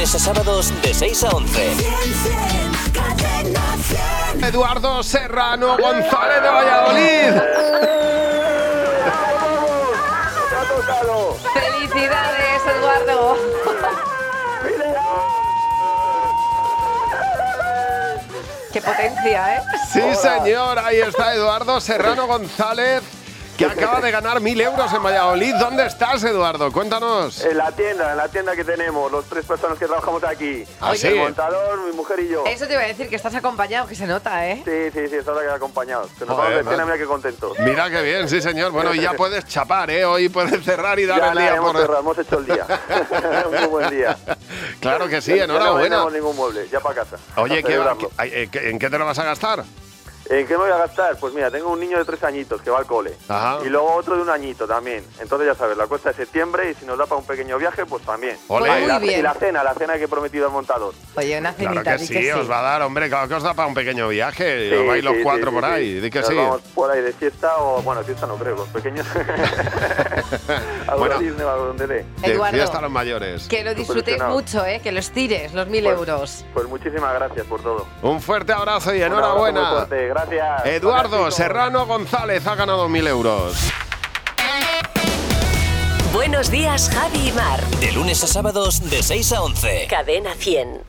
a sábados de 6 a 11. Eduardo Serrano González de Valladolid. Felicidades, Eduardo. Qué potencia, ¿eh? Sí, señor, ahí está Eduardo Serrano González, que acaba de ganar mil euros en Valladolid. ¿Dónde estás, Eduardo? Cuéntanos. En la tienda, en la tienda que tenemos, los tres personas que trabajamos aquí. Ah, ¿sí? El montador, mi mujer y yo. Eso te iba a decir, que estás acompañado, que se nota, ¿eh? Sí, sí, sí, estamos aquí acompañados. Que nos Joder, vamos de cena, macho. mira qué contentos. Mira qué bien, sí, señor. Bueno, y ya puedes chapar, ¿eh? Hoy puedes cerrar y dar ya el nada, día hemos, por. cerrado, hemos hecho el día. Muy buen día. Claro que sí, Ya no- Ya no enhorabuena. vendemos ningún mueble, ya para casa. Oye, A ¿qué- celebrarlo. qué- eh, qué- ¿en qué te lo vas a gastar? ¿En qué me voy a gastar? Pues mira, tengo un niño de tres añitos que va al cole. Ajá. Y luego otro de un añito también. Entonces ya sabes, la cuesta es septiembre y si nos da para un pequeño viaje, pues también. Ole. Y la, Muy bien. y la cena, la cena que he prometido al montador. Oye, una cenita, Claro que di sí, os va a dar, hombre, cada cosa para un pequeño viaje. os vais los sí, cuatro sí, por sí, ahí, sí. di que Nos sí. Vamos por ahí de fiesta o, bueno, fiesta no creo, los pequeños. a Bueno. bueno, Disney o a donde dé. De Eduardo. fiesta a los mayores. Que lo disfrutéis Solucionado. mucho, ¿eh? Que los tires, los mil Pues- euros. Pues muchísimas gracias por todo. Un fuerte abrazo y Un abrazo muy enhorabuena. fuerte, Gracias. Eduardo Gracias, Serrano González ha ganado mil euros. Buenos días, Javi y Mar. De lunes a sábados de 6 a 11. Cadena 100.